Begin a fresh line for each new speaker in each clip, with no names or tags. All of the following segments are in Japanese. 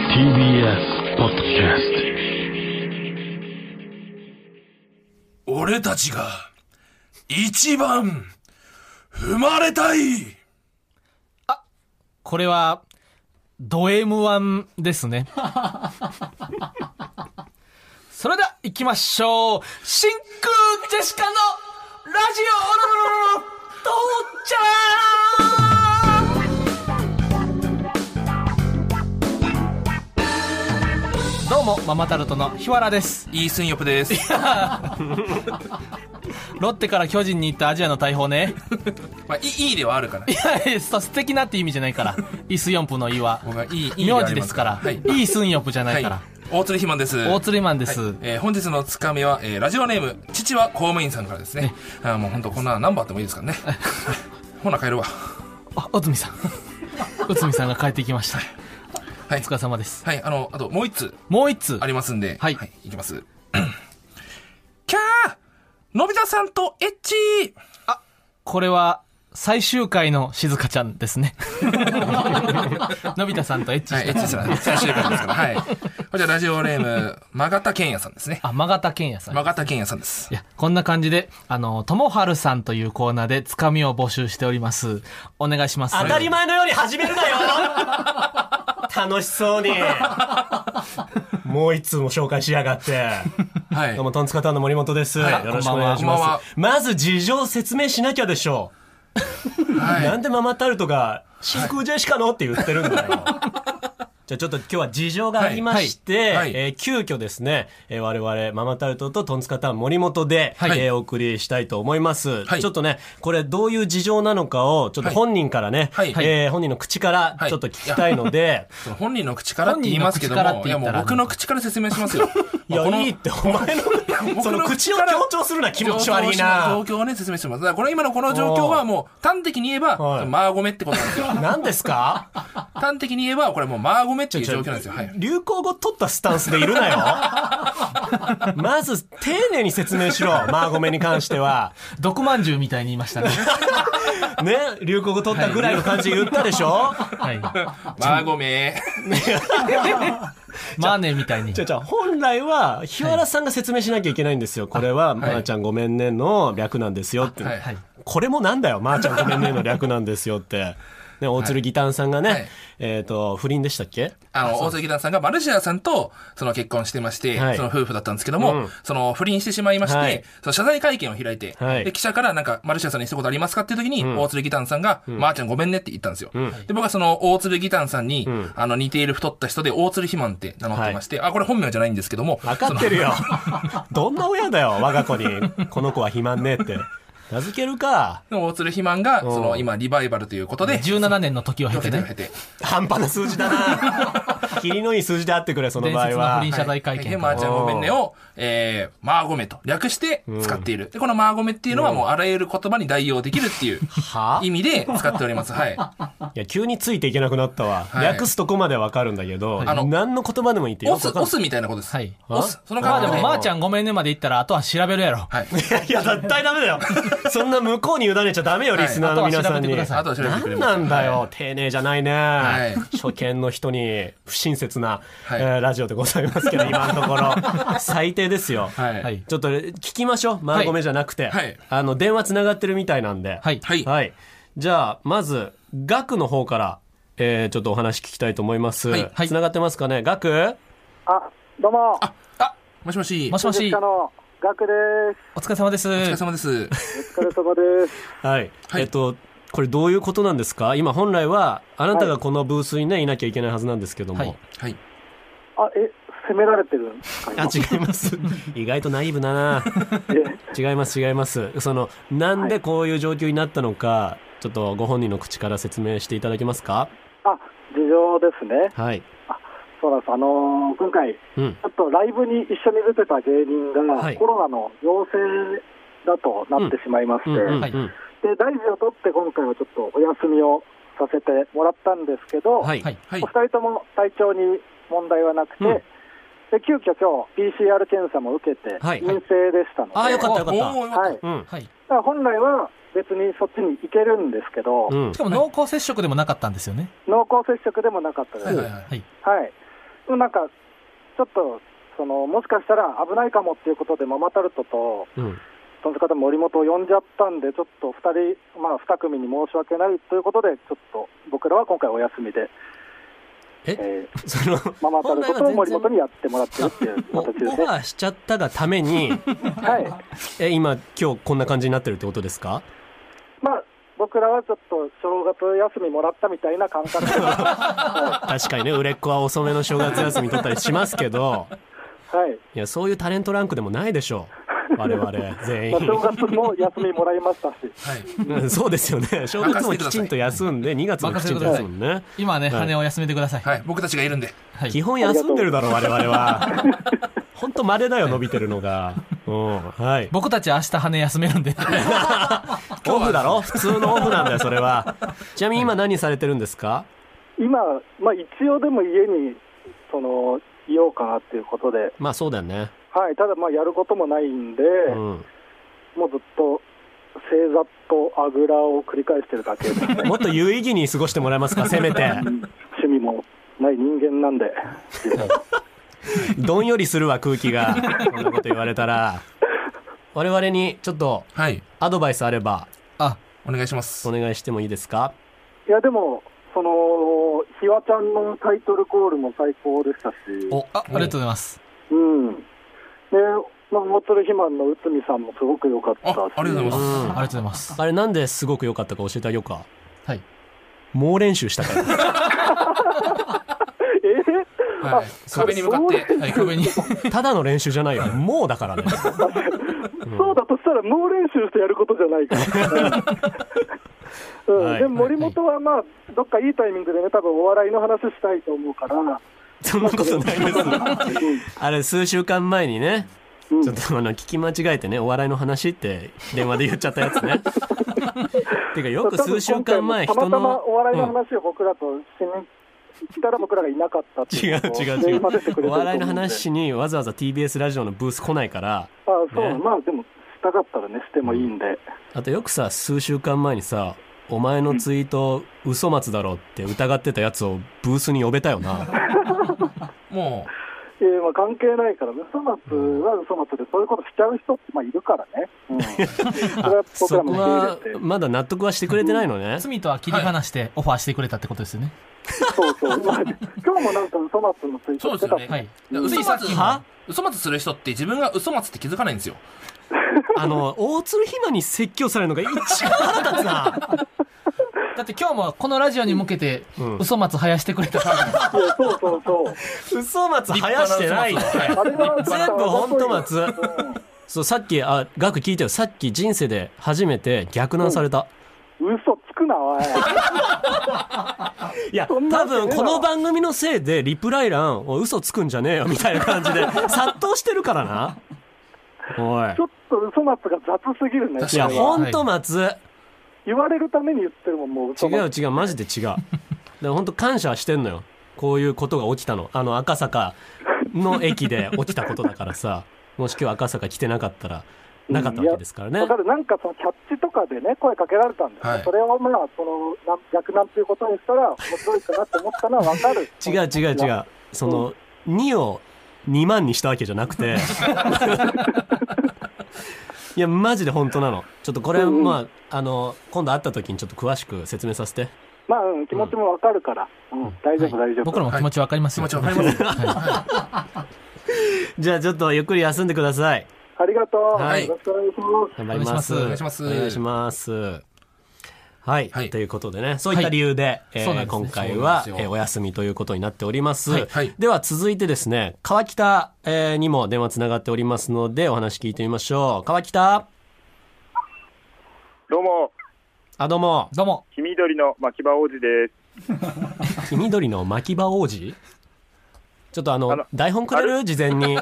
TBS ポッドキャス
俺たちが一番踏まれたい
これは、ド M1 ですね。 それでは、行きましょう。真空ジェシカのラジオの父ちゃんどうも、ママタルトの日原です。
イースンヨプです。
ロッテから巨人に行ったアジアの大砲ね。
まあ、いいいいではあるから
い。やいや、そう素敵なって意味じゃないから。イスヨンプのイは。
僕はいい、いいはあ
名字
り
で
ます
から。
はいい。、
いスンヨプじゃないから。
はい。大鶴ひまんです。
大釣りマンです。
えー本日のつかみは、えーラジオネーム、父は公務員さんからですね。あーもう本当こんな何番あってもいいです からね。ほな帰るわ。
あ、内海さ ん。内海さんが帰ってきました。
はい
お疲れ様です。
はい、あの、あともう一つ
もう一つ
あ。りますんで、
はい
い、きます。キャーのび太さんとエッチー
これは、最終回の静香ちゃんで すね。 のび太さんとエッチした。
はい、エッチさん、最終回ですから。はい。こちらラジオネーム、まがたけんやさんですね。
あ、まがたけんやさん。
まがたけんやさんです。
いや、こんな感じで、あの、ともはるさんというコーナーで、つかみを募集しております。お願いします。
当たり前のように始めるなよ楽しそうに。もう一通も紹介しやがって。
はい
どう。も、トンツカタンの森本です。よ
い
ろしくお願いしま
こんばんは
す。まず事情説明しなきゃでしょう。な
は
んでママタルトが、真空ジェシカのって言ってるんだよ。 じゃあちょっと今日は事情がありまして、
はいはい
えー急遽ですね、えー我々ママタルトとトンツカタン森本で、
はい
えーお送りしたいと思います、
はい
ちょっとね、これどういう事情なのかを、ちょっと本人からね、
はいはい
えー本人の口から
はい
ちょっと聞きたいので、
い。本人の口からって言いますけど
本人の
も、
口
い
から
やも
って言った
う
ら
僕の口から説明しますよ。
い、
まあこ
や、
の
いいって、お前の、その口を強調するな、気持ち悪い
状
な。
況をね、説明してます。だからこれ今のこの状況はもう、端的に言えば、
はい
マーゴメってことなんですよ。
何ですか
端的に言えば、これもうマーゴメっていう状況なんですよ。はい。
流行語取ったスタンスでいるなよ。まず、丁寧に説明しろ、マーゴメに関しては。
毒まんじゅうみたいに言いましたね。
ね、流行語取ったぐらいの感じで言ったでしょ
はい。
マーゴメ。
マーネみたいに
じゃ。あじゃあ本来は、日原さんが説明しなきゃいけないんですよ。これは、まーちゃんごめんねの略なんですよって。
はい
はい。
これもなんだよ、まーちゃんごめんねの略なんですよって。ね、大鶴ギタンさんがね、
はい
えっ、と、不倫でしたっけ
あの、大杉団さんがマルシアさんと、その結婚してまして、
はい
その夫婦だったんですけど
う
も、
ん
その不倫してしまいまして、
はい
その謝罪会見を開いて、
はい
で記者からなんか、マルシアさんに一言ありますかっていう時に、大鶴ギタンさんが、まーちゃんごめんねって言ったんですよ。で、僕はその大鶴ギタンさんに、あの、似ている太った人で、大鶴肥満って名乗ってまして、あ、これ本名じゃないんですけども、
わかってるよ。どんな親だよ、我が子に。この子は肥満ねって。名付けるか。
その大鶴肥満が、その今、リバイバルということで、
17年の時を経
経
て
て
ね。
て。
半端な数字 だな。霧のいい数字であってくれ、その
伝
場合
説の
は
不。倫謝罪会
で
見。
まーちゃんごめんねを、えー、マーゴメと略して使っている。で、このマーゴメっていうのはもうあらゆる言葉に代用できるっていう
は
意味で使っております。はい。あ
いや、急についていけなくなったわ。
い
略すとこまでわかるんだけど、
あの
何の言葉でもいいってよ
オ
く
ス、
わかん
オ
ない。
スみたいなことです。
はい
オス。その
まあ
感
で
覚
も、
で。
まーちゃんごめんねまで言ったら、あとは調べるやろ。
はい。
いや、絶対ダメだよ。そんな向こうに委ねちゃダメよ、
はい
リスナーの皆さん
あとは調べ
に。
てください
あとは調べてくれ
何
ます。
なんだよ、丁寧じゃないね。
い
初見の人に不親切な、
はい
えーラジオでございます けど、今のところ。最低ですよ。
はい。
はい。
ちょっと聞きましょう。マーゴメじゃなくて。
はい
あの、電話つながってるみたいなんで。
はい。
はい。
はい。じゃあ、まず、ガクの方から、えーちょっとお話聞きたいと思います。
はい
はい
つながってますかねガク
あ、どうも。
あ、あ、もしもし。
もしも
ジェシ
し
カ、のガクで
お疲れ様です。
お疲れ様です。
す。お疲れ様です。
はい。
はい
えっと、これどういうことなんですか今本来は、あなたがこのブースにね、いなきゃいけないはずなんですけども。
はい
はい。
あ、え、責められてるんですか
あ、違います。意外とナイーブだな違います、違います。その、なんでこういう状況になったのか、ちょっとご本人の口から説明していただけますか
あ、事情ですね。
はい。
そうなんです。あのー今回、ち
うん。
ょっとライブに一緒に出てた芸人が、
はい
コロナの陽性だとなってしまいまして、
うん、うん、
は
う
い
ん。
で、大事を取って今回はちょっとお休みをさせてもらったんですけど、
はい
はい。
はい
お。二人とも体調に問題はなくて、
うん
で急遽今日 PCR 検査も受けて、
はい
陰性でしたので、
あ、よかった、よかった。
おーよか
は
っ
い、
うん。
はい。
だから本来は別にそっちに行けるんですけど、
うん
し。かも濃厚接触でもなかったんですよね。
濃厚接触でもなかったです。
た。
は
はい
い。
はいはい。
はい。
はいでもなんか、ちょっとその、もしかしたら危ないかもっていうことで、ママタルトと、
うん。
とんず方森本を呼んじゃったんで、ちょっと2人、まあ、2組に申し訳ないということで、ちょっと僕らは今回お休みで、
え
えー
その、
ママタルトと森本に
や
やってもらってるっていう
オフ
形ですね。
ァーしちゃったがため に、
はい
え、今、今日こんな感じになってるってことですか
まあ僕らはちょっと正月休みもらったみたいな感覚で、は
確かにね、売れっ子は遅めの正月休み取ったりしますけど、
いはい
いや、そういうタレントランクでもないでしょう。我々、全
ま あ、正
員。
月も休みもらいましたし、
はい。
うんそうですよね。正月もきちんと休んで、2月もきちんと休むね。
今はね、
はい
羽を休めてください。
はい。僕たちがいるんで。
はい
基本休んでるだろ、我々 は。本当稀だよ、伸びてるのが。うん。はい。
僕たち明日羽休めるんで。
オフだろ普通のオフなんだよ、それは。ちなみに今何されてるんですか
今、まあ、一応でも家にそのいようかなっていうことで、
まあそうだよね。
はい、ただ、まあやることもないんで、
うん。
もうずっと正座とあぐらを繰り返してるだけ です、ね、
もっと有意義に過ごしてもらえますか、せめて。
趣味もない人間なんで、
どんよりするわ、空気が。こんなこと言われたら。我々にちょっと
はい。
アドバイスあれば
あ、
お願いします
お。願いしてもいいですか
いや、でも、そのひわちゃんのタイトルコールも最高でしたし。
お、
あ、ありがとうございます。
うん。で、まあ、モトル肥満の内海さんもすごく良かったし。
あありがとうございま
う
す
あり
ん。
がとうございます。
あれなんですごく良かったか教えてあげようか。
はい。
猛練習したから。
はい。壁に向かって。はい。
壁に。
ただの練習じゃないよ。もうだからね。
えそうだとしたら、猛練習してやることじゃないから。 うん
はい
で森本は、まあ、どっかいいタイミングでね、多分お笑いの話したいと思うから、
そんなことないです。
う
あれ、数週間前にね、
ん
ちょっとあの、聞き間違えてね、お笑いの話って電話で言っちゃったやつね。てか、よく数週間前、人
多分今回もたまたま
の、
お笑いの
うん
話を僕らとしに来たら僕らがいなかったって
違
いううことを
違う
ね
違
混ぜてくれ
う。
てると思うんで
お笑いの話にわざわざ TBS ラジオのブース来ないから、
あそう、
ね
まあでもしたかったらねしてもいいんで、
あとよくさ、数週間前にさ、お前のツイート、嘘松だろって疑ってたやつをブースに呼べたよ な。
も
いやまあ関係ないから、嘘松は嘘松で、そういうことしちゃう人ってまあいるからね、 うん、それは
そ
僕ら
こ
も
は
受け入れ、て、
まだ納得はしてくれてないのね。
罪とは切り離してオファーしてくれたってことですよね。
そうそう、まあ、今日もなんか嘘松のツイー
そうです
トしてた
よ
もん
ね。
はい
で嘘
嘘
松
松は
嘘松する人って自分が嘘松って気づかないんですよ。
あの、大鶴ひまに説教されるのが一番腹立つな。
だって今日もこのラジオに向けて
うん、
嘘松生やしてくれたから、
いやそうそうそう、
嘘松生やしてない。
立派
あ
な嘘松
れ は
全部本当松
うん
そう、さっき、あ、ガク聞いたよ。さっき人生で初めて逆難された。
嘘つくな、おい、
いや、
そんな
多
わけねえだろ
分この番組のせいでリプライ欄、おい嘘つくんじゃねえよ、みたいな感 じで、殺到してるからな。おい
ちょ。っと嘘松が雑すぎるね、
確
いや、
かに
ほんと松。
言われるために言ってるもん、もう
違
嘘
う
松、
違う、マジで違う。だからほんと感謝してんのよ。こういうことが起きたの。あの、赤坂の駅で起きたことだからさ。もし今日赤坂来てなかったら、なかったわけですからね。
わ。かる、なんかそのキャッチとかでね、声かけられたんだよ、
はい
それをまあ、そのなん逆なんていうことにしたら、面白いかなって思ったのはわかる
違う違う違う。その、2を2万にしたわけじゃなく て。いや、マジで本当なの。ちょっとこれ、
うんうん
まあ、あの、今度会った時にちょっと詳しく説明させて。
まあ、うん、気持ちもわかるから、うん大丈夫、大丈夫。
僕らも気持ちわかります
気持ちわ
よ。
かります。
じゃあちょっとゆっくり休んでください。
ありがとう。
はい
よろしくお願いします。
頑張ります。
お願
いします
お願いします。はい、
はい
ということでね、そういった理由で、えー
そうなんですね
今回
そうなん
は
です、よ
えーお休みということになっております。
はいはい
では続いてですね、川北、えーにも電話つながっておりますので、お話聞いてみましょう。川北、
どうも、
あ、どうも。
どうも。
黄緑の牧場王子です。
黄緑の巻き場王子ちょっとあの
あの
台本くれる事前に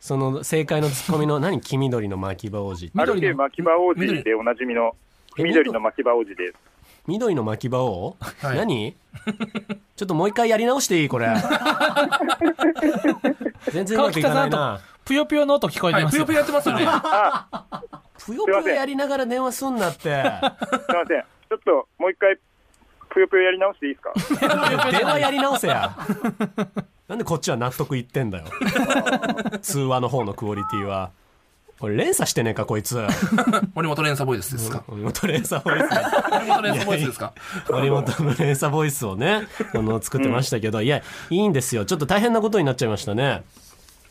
その正解のツッコミの何黄緑の巻き場王子
ある
緑
程
の、
牧場王子でおなじみの
え
黄緑の牧場王子です。
緑の巻き場王、
はい
何ちょっともう一回やり直していいこれ全然うまくいかないな
ぷよぷよの音聞こえ
は
て
い。
ま
ぷ
す
よ
よ
ぷ。よやってますよね。
ぷよぷよやりながら電話すんなって
すいません。ちょっともう一回、ぷぷよぷよやり直していいですか
電話やり直せやなんでこっちは納得いってんだよ通話の方のクオリティはこれ連鎖してねえかこいつ
森本連鎖ボイスですか
森本連鎖ボイス
森本連鎖ボイスですか
森本の連鎖ボイスをねあの作ってましたけど、いやいいんですよちょっと大変なことになっちゃいましたね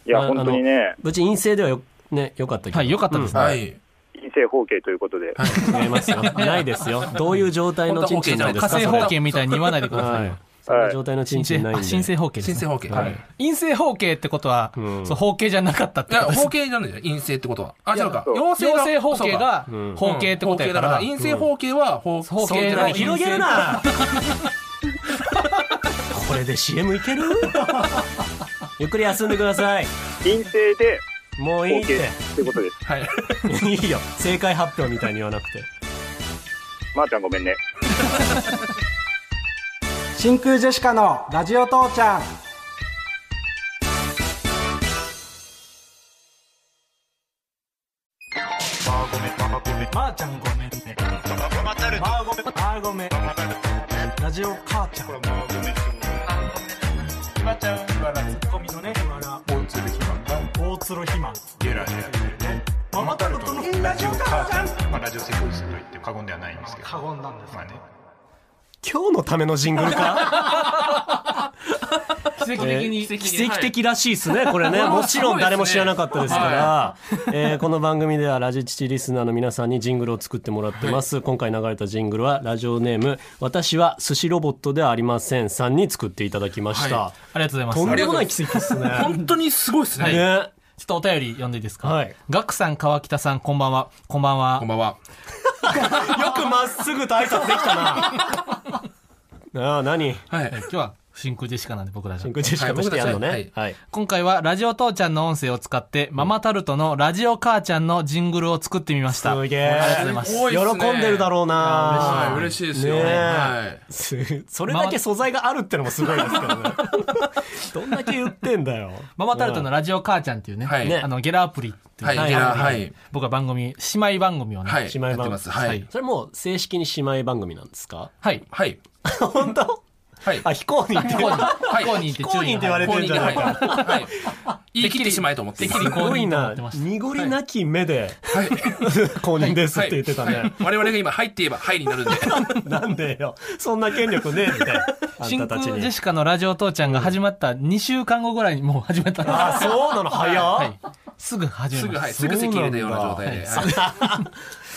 いや、
あ
本当にね
あ、の無事陰性ではよ,、ね、よかったけど、
はい、よかったですね。
はい。
陰性方形ということで、
見えますよ。ないですよ。どういう状態のチンチンなんです
火
か
星方形みたいに言わないでく
それ
ださ。
はいい。そんな状態のチンチンないんで。
あ、申請方形です、
申
ね。
請方形。はい。
陰性方形ってことは、
ん
そう方形じゃなかったっ
い
て
や、
ことです
方。形なんだよ、陰性ってことは。あ、違うか。
そう
陽性
陽
が
性方形が
ん
方形ってことやか
うん
ら、
方形だ陰性方形は方
方形
の
だ
広げ るなこれで CM いけるゆっくり休んでください。
陰性で
もうい
方
いっ
形
て。
ということです。
はい。
いいよ。正解発表みたいに言わなくて。
まー、ちゃんごめんね。
真空ジェシカのラジオ父ちゃん
ばあちゃんごめんね。まあごめん、まあごめん。ラジオ母ちゃん。ひまちゃん、ひまらツッコミのね、ひまら。大鶴ひま。大鶴ひま。
ゲラでやってるね。ママタルトのラジオ母ちゃん。まあラジオセクスと言っても過言ではないんですけど。過言なんですまあね。
今日のためのジングルか
奇跡的に。
奇跡的らしいですね、これね。もちろん誰も知らなかったですから、えーこの番組ではラジチチリスナーの皆さんにジングルを作ってもらってます。今回流れたジングルは、ラジオネーム、私は寿司ロボットではありませんさんに作っていただきました。
は
ありがとうござい
と
ます。
んでもない奇跡ですね。
本当にすごいですね。
ね
ちょっとお便り読んでいいですか
はい。
ガクさん、川北さん、こんばんは。こんばんは
こん。ばんは。
よくまっすぐと挨拶できたな。ああ、何
はい。
今日は真空ジェシカなんで僕らじゃ
真。空ジェシカとしてやるのね。は
はいい。
はい
今回はラジオ父ちゃんの音声を使って、ママタルトのラジオ母ちゃんのジングルを作ってみました。
すげ
ありがとうござい
え。
ます。
ごいっすね
喜んでるだろう
は
な。
い、嬉しいですよ。
ねえ
はい。
すそれだけ素材があるってのもすごいですけどね。 どんだけ言ってんだよ。
ママタルトのラジオ母ちゃんっていうね、
はい
あの、ゲラアプリっていう、
はいゲラはい
僕は番組、姉妹番組をね、
はい。
姉妹番
やってます。はい。
それもう正式に姉妹番組なんですか
はい。
はい。
本当
はい。
あ、非公認って。
非公認。
はい
非公認って
非公認って言われ
公
てん
認
じ
で、
ゃな
はいい。はい。言い切ってしまえと思ってます。
すごいな
ってま。した
濁りなき目で
はい。
公認ですって言ってた
は
ね
い。我々が今、はいって言えば、はいになるんで。
なんでよ。そんな権力ねえみたいな。あん
真
たた
空
ち
ジ
に
ェ。シカのラジオ父ちゃんが始まった2週間後ぐらいにもう始めたんです。
あ、そうなの
は
早っ
い。すぐ始め
すぐ、
ま
はい。
す。
すぐ席入れたような状態で。はい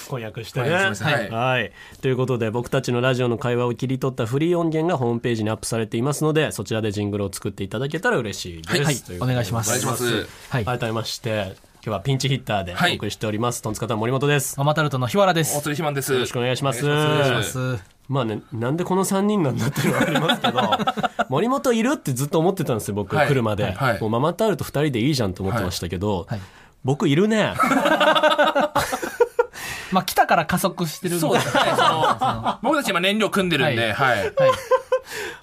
婚約してね。
はいすいませんはい
はい。ということで、僕たちのラジオの会話を切り取ったフリー音源がホームページにアップされていますので、そちらでジングルを作っていただけたら嬉しいです。
はい
とう
お
ことで
願いします。
お願いします。
はい。
改めまして、今日はピンチヒッターで
はい
お送りしております。トンツカタン森本です。よ
ママタルトの日原です。
大
よ
鶴ひまんです。よ
ろしくお願いします。
願いし
ろ
ま
しくお願いします
まあね、なんでこの3人なんだっていうのはありますけど、森本いるってずっと思ってたんですよ、僕、
はい
来るまで。
はい
もうママタールと2人でいいじゃんと思ってましたけ
は
ど、
いはい
僕いるね。
まあ、来たから加速してるみたい
そう
な
ですね。その、僕たち今燃料組んでるんで、はい。
はい。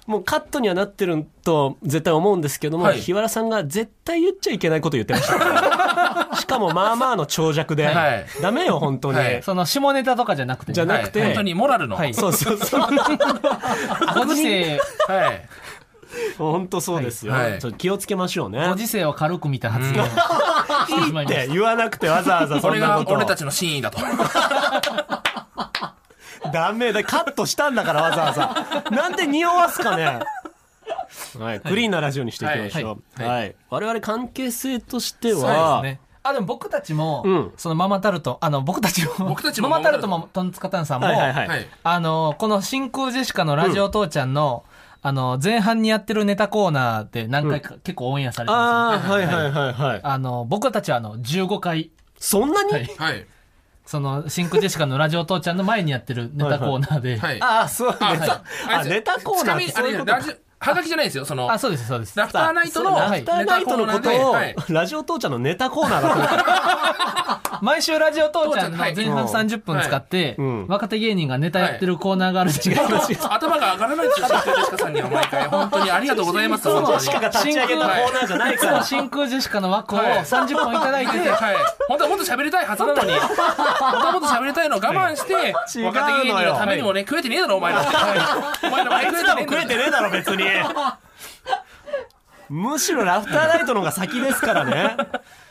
もうカットにはなってると絶対思うんですけども、
はい
日原さんが絶対言っちゃいけないこと言ってまし たから。しかもまあまあの長尺で。
はい
ダメよ、本当に。
はい
その、下ネタとかじゃなくてね、
じゃなくて
はい本当にモラルの。
は
はいい。
そうそうそう。
ご時世、
本当そうですよ。
はい
ちょっと気をつけましょうね。
ご時世を軽く見た発言をしてしまい
っ
ました
て。言わなくてわざわざ
こ
そ
れ
んな
が
こと。
俺たちの真意だと。
ダメだ。カットしたんだからわざわざ。なんで匂わすかね。はい、クリーンなラジオにしていきましょう。は。
はいいはい
我々関係性として
そうです
は、
ね。あ、でも僕たちも、
うん
そのママタルト、あの、僕たちも、
僕たちも
ママタルトもトンツカタンさんも、
はいはいはい
はい。
あの、この真空ジェシカのラジオ父ちゃんの、あの、前半にやってるネタコーナーで何回か、結構オンエアされてます、ね
ああ、はいはいはいはい。
あの、僕たちはあの、15回、
そんなに、
はい
はい。
その、真空ジェシカのラジオ父ちゃんの前にやってるネタコーナーで、
はい。
ああ、そう、ネ
あ
タ、あ、ネタコーナーって
つか
そ
み
ういう
あ
こ
れ
と
ラジオはがきじゃないですよ、その。
あ、そうです、そうです。
ラフターナイトの
ラ
は
フ
い
ターナイトのことを、
はい
ラジオ父ちゃんのネタコーナーだと思っ
毎週ラジオ父ちゃんの
はい
前半30分使って、
ん
若手芸人がネタやってるコーナーがあるんですけど、
頭が上がらないですよ、真空ジェシカさんには毎回。本当にありがとうございます、本当に。
シカが立ち上げたコーナーじゃない
いつ
か
も
ら。
真空ジェシカの枠を
はい
30本いただいて、
はい。本当はもっと喋りたいはずなのに、本当はもっと喋りたいのを我慢して、
違うのよ
若手芸人のためにもね、食えてねえだろ、お前らって。お前ら
あ
前
いつらも食えてねえだろ、別に。 むしろラフターナイトの方が先ですからね。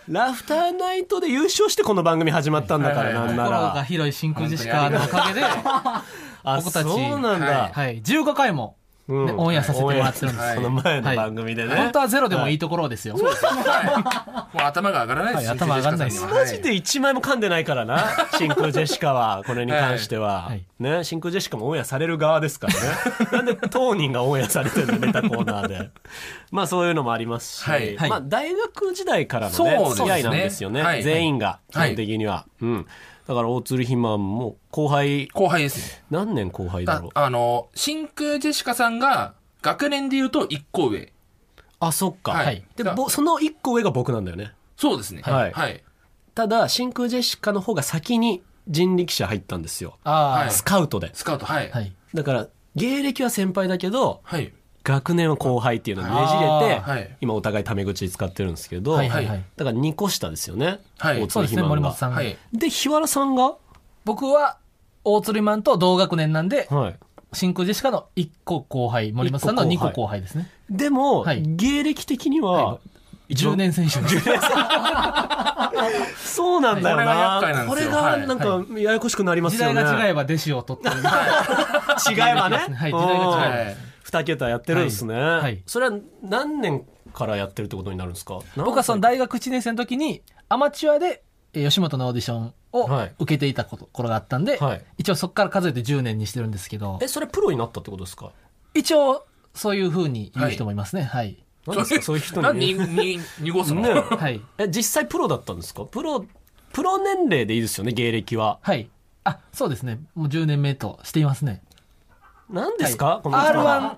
ラフターナイトで優勝してこの番組始まったんだから、
はい
な
はいは
ん
い
な
心が
ら。
広い真空ジェシカのおかげで、
あ、
僕たち
そうなんだ。
はい、15回も、ね
うん
オンエアさせてもらって るんです。
その前の番組でね。
本当はゼロでもいいところですよ。
はい。もう頭が上がらないです、
はい頭上がらないです
真空ジェシカさ
マ
んには
ジで一枚も噛んでないか らな、真空ジェシカは、これに関しては。
はい
ね、真空ジェシカもオンエアされる側で すからね。なんで当人がオンエアされてるの、ネタコーナーで。まあそういうのもありますし、
はい
はい
まあ大学時代からの
そう
ね
で、すね
付き合いなんですよね。
はい
全員が、基
はい
本的には。うん。だから大鶴ひまんも後輩、
後輩ですね。
何年後輩だ
だ
ろう。
あの、真空ジェシカさんが、学年で言うと1個上。
あ、そっか。
はい
はいで、ぼその一個上が僕なんだよね。
そうですね。
はい
はい。
ただ、真空ジェシカの方が先に人力車入ったんですよ。
あ
はい
スカウトで。
スカウト、はい。
あ、はい。
だから、芸歴は先輩だけど、
はい。
学年は後輩っていうのをねじれて、
あーはい
今お互いタメ口使ってるんですけど、
はいはいはい
だから2個下ですよね。
はい
大津
そうですね、
肥満
森
が
本さんが。
はい。
で、日原さんが、
僕は、大鶴マンと同学年なんで、
はい。
真空ジェシカの1個後輩、森本さんの2個後輩ですね。
でも、
はい
芸歴的には、
は10年選手です。
そうなんだよな。
はいこれが厄介なん
こ
ですよ
れがなんか、ややこしくなります
時
よ
代
ね。
が違えば弟子を取ってる。
違えばね。
はい時代が違
えば
うん二桁やってるんですね、
はいはい
それは何年からやってるってことになるんですか
僕はその大学1年生の時に、アマチュアで、えー吉本のオーディション
は
を
い
受けていたこと頃があったんで、
はい
一応そこから数えて10年にしてるんですけど
え、、それプロになったってことですか
一応そういう風に言う人もいますね。はい。
何ですかそういう人
何
に。
に、に、濁すの
ね
はい。
え、実際プロだったんですかプロ、プロ年齢でいいですよね、芸歴は。
はい。あ、そうですね。もう10年目としていますね。
何ですか、この人
R1、
は。はい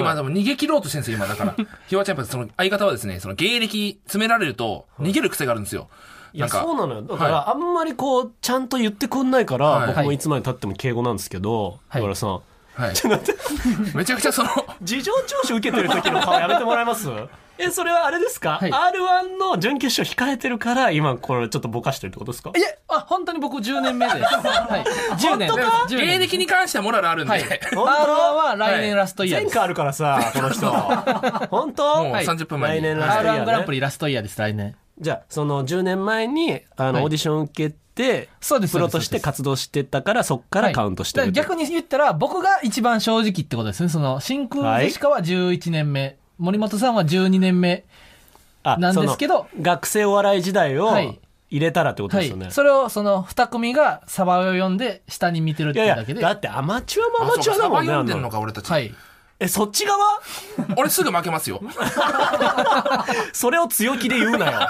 今でも逃げ切ろうとしてるんですよ、今だ から。ひわちゃんやっぱその相方はですね、その芸歴詰められると逃げる癖があるんですよ。
いや、そうなのよ。だから、
は
あんまりこう、ちゃんと言ってくんないから、
はい
僕もいつまで経っても敬語なんですけど、
はい
だからさ、
はい。めちゃくち ゃその、
事情聴取受けてる時の顔やめてもらえます え、それはあれですか、
はい
?R1 の準決勝控えてるから、今これちょっとぼかしてるってことですか
いや、あ、本当に僕10年目 です。はい。10年。10年
芸歴に関してはモラルあるんで、
はい。R1 は来年ラストイヤー
前
です。
科あるからさ、この人。本当
もう30分前に。
来年ラストイヤー、ね。
R1 グランプリラストイヤーです、来年。
じゃあ、その10年前に、あの、
はい
オーディション受けて、
そうです
プロとして活動してたから、そっからカウントして
は
る
いだから逆に言ったら、僕が一番正直ってことですね。その、真空ジェシカは11年目、森本さんは12年目。
あ
なんですけど
その学生お笑い時代を
はい
入れたらってこと
は
ですよね。
い。それを、その、二組がサバを読んで、下に見てるっ
い
ていう
や
だ
い
け
や、
で。
だってアマチュア
あ
も
そうか
アマチュアだもん
サバ
ね。
読んでんの
あんな
か、
の
俺たち。
はい。
え、そっち側
俺すぐ負けますよ。
それを強気で言う なよ。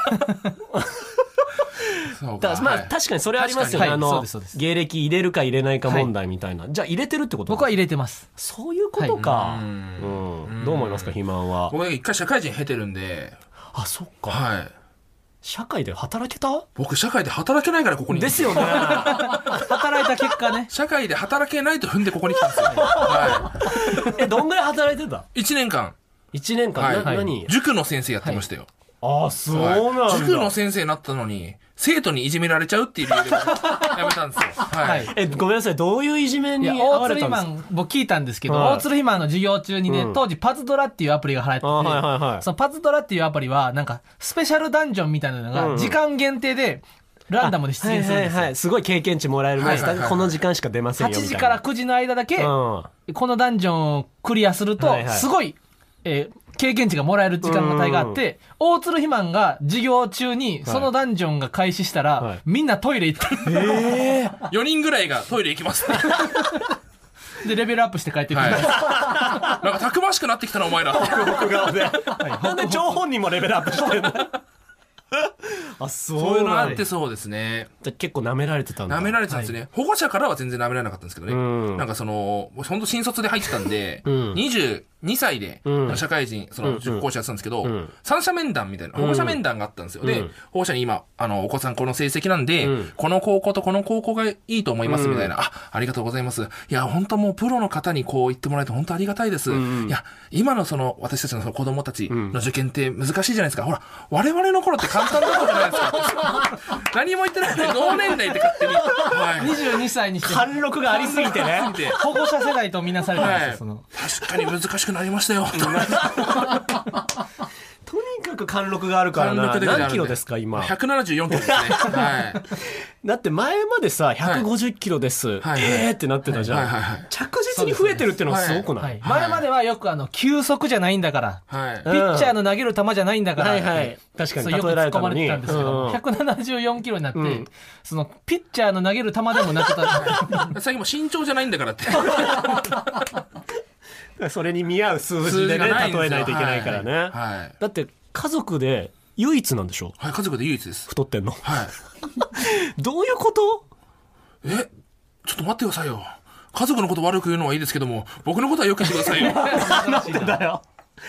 そう
だ
か。
まあ、
はい
確かにそれありますよね。
確かに
あ
はいそうですそ
の
うで、す
芸歴入れるか入れないか問題みたいな。じゃあ入れてるってこと
僕は入れてます。
そういうことか。うん。どう思いますか、肥満は。
僕ね一回社会人経てるんで、
あ、そっか。
はい。
社会で働けた
僕、社会で働けないからここに。
で
。
すよね。
働いた結果ね
社会で働けないと踏んでここに来たん ですよ。は
え、どんぐらい働いてた
い。1年間、
一年間、
はい
な
はい
何
塾の先生やってましたよ。
ああ、そう
はい
なんだ。
塾の先生になったのに、生徒にいじめられちゃうっていう理由で、やめたんですよ。は
はい
い。
え、ごめんなさい、どういういじめ
い
に
や、
遭
大
わ
鶴
れた
肥
んですか
満、僕聞いたんですけど、
はい
大鶴肥満の授業中にね、当時パズドラっていうアプリが流行ってて、
あはいはいはい
そのパズドラっていうアプリは、なんか、スペシャルダンジョンみたいなの
うんう
が、
ん
時間限定で、ランダムで出現するんですよ。
はいはいはい、すごい経験値もらえるね、
はいはいはい
この時間しか出ませんよ
8
みたいな
時から9時の間だけ、
うん
このダンジョンをクリアすると
はい、はい
すごい、えー経験値がもらえる時間帯があって、大鶴肥満が授業中に、そのダンジョンが開始したら、
はい
みんなトイレ行った。
4人ぐらいがトイレ行きます って。
で、レベルアップして帰ってくる。
はい。なんかたくましくなってきたな、お前ら。
僕側で、なんで張本人もレベルアップしてるの あそう
そういうの
な
あっ
ん
てそうですね。
だ結構舐められてたんだ
舐められてたんですね。保護者からは全然舐められなかったんですけどね。
ん
なんかその、ほんと新卒で入ってたんで、
ん
20 2歳で、
うん
社会人、その、塾講師やってたんですけど、
ん
三者面談みたいな、保護者面談があったんですよ。で、保護者に今、あの、お子さんこの成績なんで、
うん
この高校とこの高校がいいと思います、みたいな、あ、ありがとうございます。いや、本当もうプロの方にこう言ってもらえて本当ありがたいです。いや、今のその、私たちのその子供たちの受験って難しいじゃないですか。ほら、我々の頃って簡単だったじゃないですか。 何も言ってないのに同年代って勝手に。はい
22歳にして
貫禄がありすぎてね。
保護者世代とみなされたんですよ、その。
確かに難しくなりましたよ。
とにかく貫禄があるからな。
貫禄があるん
何キロですか、今。
174キロですね。はい。
だって前までさ、150キロです。
はい
えーってなってたじ
はい
ゃ
はい
ん。
はい。
着実に増えてるってのはすごく
は
ないい、
前まではよくあの、球速じゃないんだから、
はい
ピ。ッチャーの投げる球じゃないんだから、
はいはい確かに
そうよく
例えら
突っ込
れた
ま
の
れ
に
てたんですけど、
うん
174キロになって、
ん
その、ピッチャーの投げる球でもなって た。
最近もう身長じゃないんだからって。
それに見合う数字
数
で
字が
ね、
ないんですよ
例えないといけないからね。
はいはい
だって家族で唯一なんでしょ
はい、家族で唯一です。
太ってんの。
はい。
どういうこと
え、ちょっと待ってくださいよ。家族のこと悪く言うのはいいですけども、僕のことはよくしてください よ。
なんでだよ。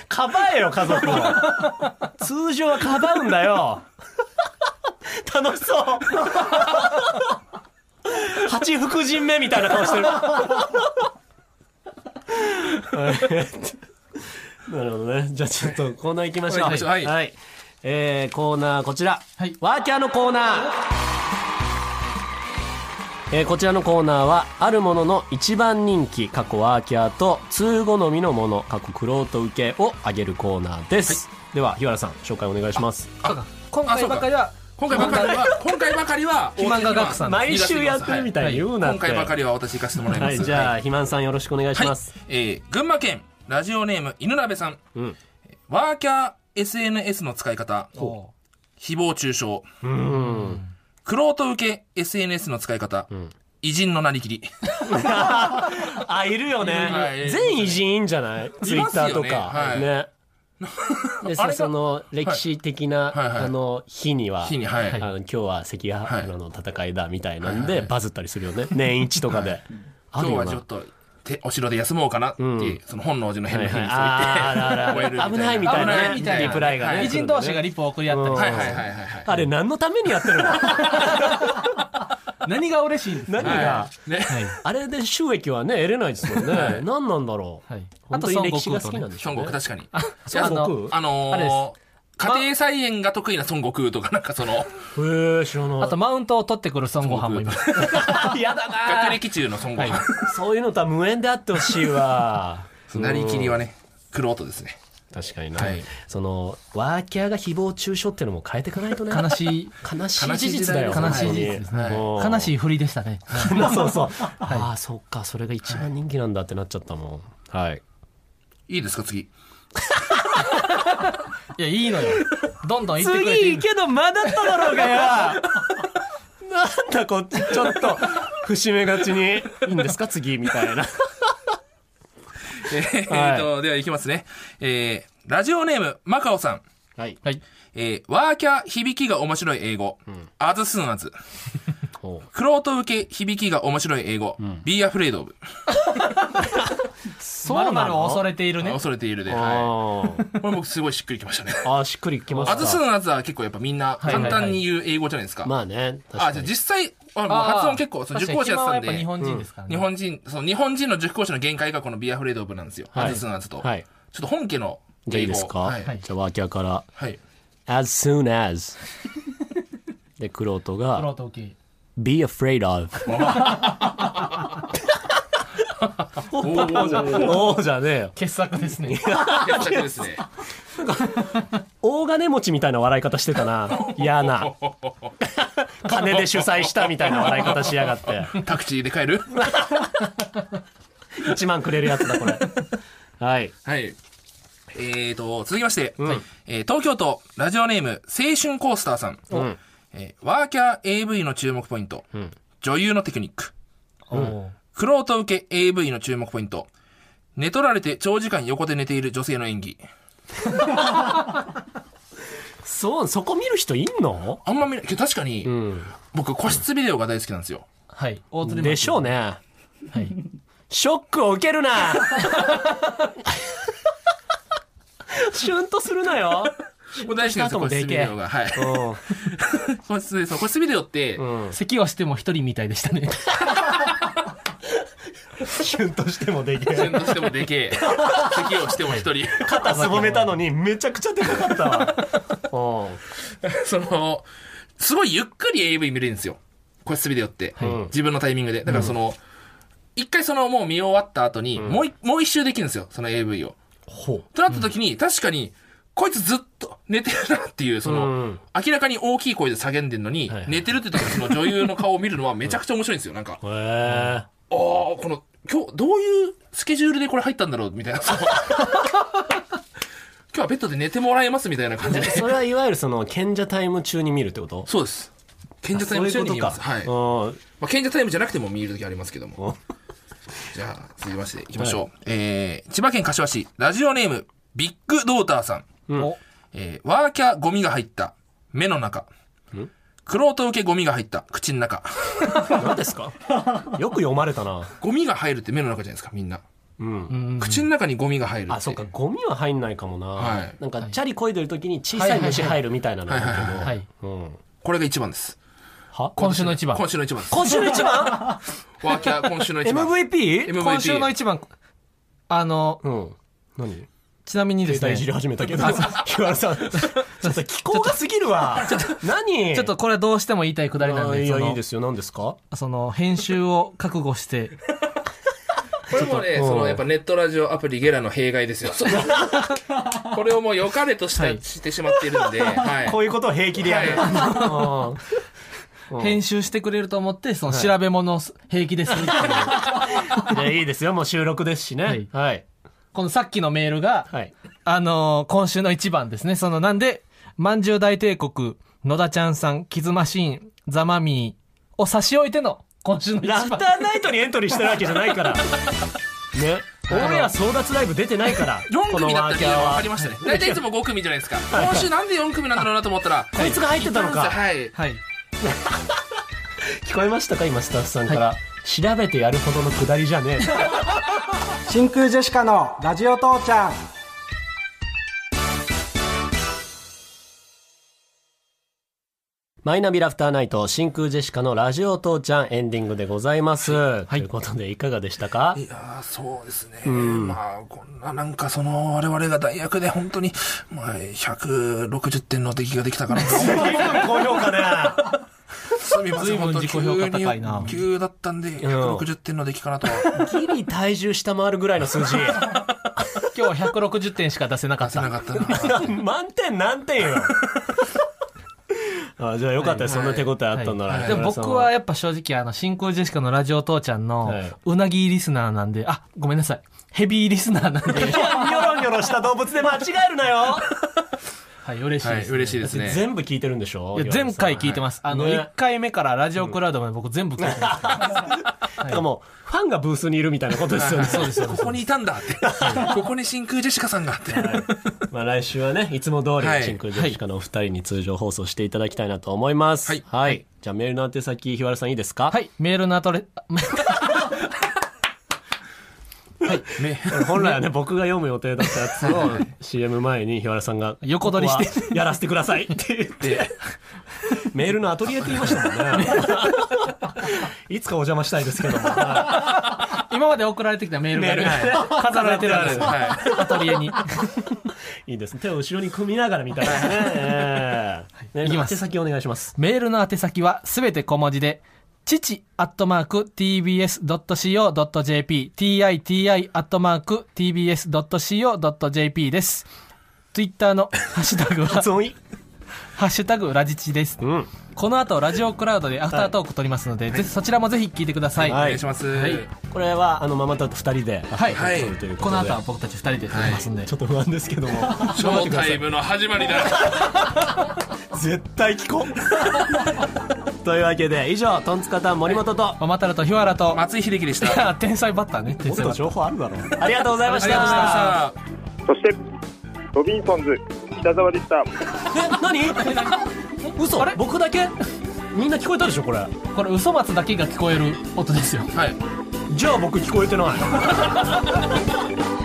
かばえよ、家族を。通常はかばうんだよ。 楽しそう。 八福神目みたいな顔 してる。 なるほどね。じゃあちょっとコーナー行きましょう。
はいはい
えーコーナーこちら。
はい
ワーキャーのコーナー。えーこちらのコーナーはあるものの一番人気過去ワーキャーと通好みのもの過去クロート受けを上げるコーナーです、では日原さん紹介お願いします
今回ばかりは、
今回ばかりは、今回ばかり は、
肥満が岳さん
毎週やってるみたいに言うな
今
って、
回ばかりは私行かせてもらいま
は
す。
いじゃあ肥満さんよろしくお願いします、
はい、えー群馬県ラジオネーム犬鍋さん、
ん
ワーキャー SNS の使い方誹謗中傷クロート受け SNS の使い方、偉人のなりきり
あいるよね
はい
全偉人いいんじゃないツイッターとか
いますよね
ねで
あ
さ
れが
その歴史的な、
はいはいはい
あの日には
日にはい
あの今日は関ヶ
はい
原の戦いだみたいな
はい
んで、
はいはい
バズったりするよね年一とかで、
今
ある
日
よ
は
な
ちょっとてお城で休もうかなって、
うん
その本能寺の変
は
の
い
日
はい、
に
あーあるあ
そう
る
言
あ
って
る危ないみたい
危
な
な
ね
いみたいな
リプライが
は
ね
い
偉人同士がリップを送り合った
う
り
ん
は
はいい
は
はい
い
はいはいはい
あれ何のためにやってるの
何が嬉しいんですか
何が
は、いね、
あれで収益はね得れないですもんね、何なんだろう、
はい
本当に歴史が好きなんでしょう
孫
ね
悟空確かに
孫悟空
あのー
あれです
家庭菜園が得意な孫悟空とかなんかその
へえ知らない
あと、マウントを取ってくる孫悟飯もいます。
やだな
学歴中の孫悟空、
そういうのとは無縁であってほしいわ
なりきりはねクロートですね
確かにな、
はい
そのワーキャーが誹謗中傷ってのも変えていかないとね
悲しい、
悲しい事実だよ
悲しい事実です
ね
悲し
い
い振りでしたね。
そうそう、ああそっかそれが一番人気なんだってなっちゃったもんはい
いいですか次
いや、いいのよ。どんどん言ってくれて
次
いい
いい。けどまだっただろう がよなんだこっちちょっと節目がちにいいんですか次みたいな
えー
はい
えーと、では行きますね。えー、ラジオネーム、マカオさん。
はい
はい。
えー、ワーキャー響きが面白い英語。アズスンアズ。
おう
クロート受け響きが面白い英語。Be afraid of。
そうなのまるを恐れているね。
恐れているで。は
あー
い。これ僕すごいしっくりきました ね。
あーしっくりきま
アズ
し
ス
た
ンアズは結構やっぱみんな
はいは
簡
い
単に言う英語じゃないですか。
まあね確
あ、
か
じゃあ
に
実際、あもう
あー
発音結構、その塾講師やってたん
確かに
で
日。本人ですからね。
日本人、その日本人の塾講師の限界がこの Be afraid of なんですよ。
はい
アズスンアズと。
はい
ちょっと本家の英語。
じゃあいいですか、
はい。
はい
じゃあワーキャーから
はい。
as soon as でクロート
プロ
が
と受け。
be afraid of
おーじゃ
おーじゃねえよ
傑作ですね。
あ、ですね。
大金持ちみたいな笑い方してた な嫌な金で主催したみたいな笑い方しやがって
タクシーで帰る
1万くれるやつだこれはい
はい。えーと、続きまして、えー東京都ラジオネーム青春コースターさん。えーワーキャー AV の注目ポイント、女優のテクニック。クロート受け AV の注目ポイント。寝取られて長時間横で寝ている女性の演技。
そうそこ見る人いんの
あんま見ない。けど確かに、僕個室ビデオが大好きなんですよ。
はい。大鶴
でしょう
ね。
ね
はい。
ショックを受けるな シュンとするなよ。
もう大好きなんですよ、個室ビデオが。はい。
う
個室、そう個室ビデオって、
ん。うん。
咳はしても一人みたいでしたね。
シュンとしてもでき
自分としてもで けえ。咳をしても一人。
肩すぼめたのにめちゃくちゃでかかった わ。
その、すごいゆっくり AV 見れるんですよ。個室ビデオって。
い
自分のタイミングで。だからその、一回そのもう見終わった後に、もう一、もう一周できるんですよ。その AV を。
ほ
となった時に、確かに、こいつずっと寝てるなっていう、その、
うん
明らかに大きい声で叫んでるのに、
はいはい
寝てるって時のその女優の顔を見るのはめちゃくちゃ面白いんですよ。なんか、 あ
う。へえ。
あ、この、今日、どういうスケジュールでこれ入ったんだろうみたいな。 その今日はベッドで寝てもらえますみたいな感じで。
それはいわゆるその賢者タイム中に見るってこと
そうです。賢者タイム中に見ます。
そう
は
いう
い。
こ
まあ、
とか。
賢者タイムじゃなくても見る時ありますけども。
うん。
じゃあ、続きまして、行きましょう。えー、千葉県柏市、ラジオネーム、ビッグドーターさん。
ん
おえー、ワーキャーゴミが入った、目の中。クロート受けゴミが入った、口の中。
何ですかよく読まれたな。
ゴミが入るって目の中じゃないですか、みんな。
うん。
口の中にゴミが入るって。
あ、そっか、ゴミは入んないかもな。
はい
なんか、チャリこいでる時に小さい虫入るみたいなのある
はいはい
はい。
けど。うん。
これが一番です。
は
今週の一番。
今週の一番です。
今週の一番
ワーキャー今週の一番。
MVP?
MVP
今週の一番。あの、
うん。何
ちなみにです
携
ね。
帯いじ
ち
り始めたけど。ひわらさん、ちょっと気候が過ぎるわ。何
ょっとこれはどうしても言いたいくだりなん
あ
で、
い
そ
や、いい
の
で、すよ。何ですか
その、編集を覚悟して、
これもね、
うん
そのやっぱネットラジオアプリゲラの弊害 ですよ。そのこれをもう良かれとした、
はい
してしまっているんで、はい。
こういうことを平気でやる。
は
うん
編集してくれると思って、その、調べ物を平気でするっ ていう
いやいいですよ。もう収録ですしね。はい。
このさっきのメールが、
はい。
あのー今週の一番ですね。その、なんで、まんじゅう大帝国、野田ちゃんさん、キズマシーン、ザマミーを差し置いての、今週の一
ラフ
番。
ターナイトにエントリーしてるわけじゃない から。ね。俺ら争奪ライブ出てないから。
4
この
組だっ
ワ
た理
ーキャ
由
ー
は分
は
かり。ましたね。大体いつも5組じゃない ですか。今週なんで4組なんだろうなと思ったら、
こいつが入ってたのか。
はい。
はい。
聞こえましたか今スタッフさんから。調べてやるほどのくだりじゃねえ。
真空ジェシカのラジオ父ちゃん
マイナビラフターナイト真空ジェシカのラジオ父ちゃんエンディングでございます。ということでいかがでしたか
いやーそうですね、まあ、こんな、なんかその、我々が大学で本当に、まあ、160点の出来ができた から、す
高評価ね。
みません、
随分
本当
自己評価高いな
急に急だったんで、160点の出来かなとは、
ギリ体重下回るぐらい の数字。
今日は160点しか出せなかっ
つな
た。
が ったな。
満点何点よ。あじゃあよかったです。そんな手応えあったんなら。
でも僕はやっぱ正直あの、真空ジェシカのラジオ父ちゃんの
はい、
うなぎリスナーなんで、あ、ごめんなさい。ヘビーリスナーなんで、
ニョロニョロした動物で間違えるなよ。
はい、嬉しい
は
で
い、
す、
嬉しい
い
ですね。
全部聞いてるんでしょ
や前回聞いてます。あの、
ね
1回目からラジオクラウドまで僕全部聞いてます。
なんかもう、ファンがブースにいるみたいなこ とですよね。そうです
ここにいたんだって。ここに真空ジェシカさんがって。
まあ来週はね、いつも通り、
はい
真空ジェシカのお二人に通常放送していただきたいなと思います。
はい
じゃあメールの宛先、日原さんいいですか
はい、メールのアドレ、
ね
本来はね、僕が読む予定だったやつを CM 前に日原さんが
横取りして
ここはやらせてくださいって言って、メールのアトリエって言いましたもんね。 いつかお邪魔したいですけども。は
今まで送られてきたメールがね
メール
はい飾られてるんですよ。
飾られて
アトリエに。
いいいですね。手を後ろに組みながらみたいですね。ええメール
いき
の
ま
宛
す
先お願いします。
メールの宛先はすべて小文字で、父アットマーク tbs.co.jp、titi アットマーク tbs.co.jp です。ツイッターのハッシュタグは、
つもい。
ハッシュタグラジチです。
うん。
この後、ラジオクラウドでアフタートーク撮りますので、ぜひそちらもぜひ聞いてください。
は
お
い
願いします。
これは、あの、ママと二人で、
はい。
はい
ということで
この後は僕たち二人で撮りますんで。
ちょっと不安ですけど も、
ショータイムの始まりだ。
絶対聞こ う。というわけで、以上、トンツカタン森本と、
ママタルとヒワラと、
松井秀喜でした。ありがとう
天才バッターね。天
もっ
才
と
バッター。
情報あるだろう。 ありがとうございま
ござ
し
いま
た。
した。
そして、ロビンソンズ、北沢でした。
え、何 嘘僕だけみんな聞こえたでしょこれ。
これ、嘘松だけが聞こえる音ですよ。
はい。
じゃあ僕聞こえてない。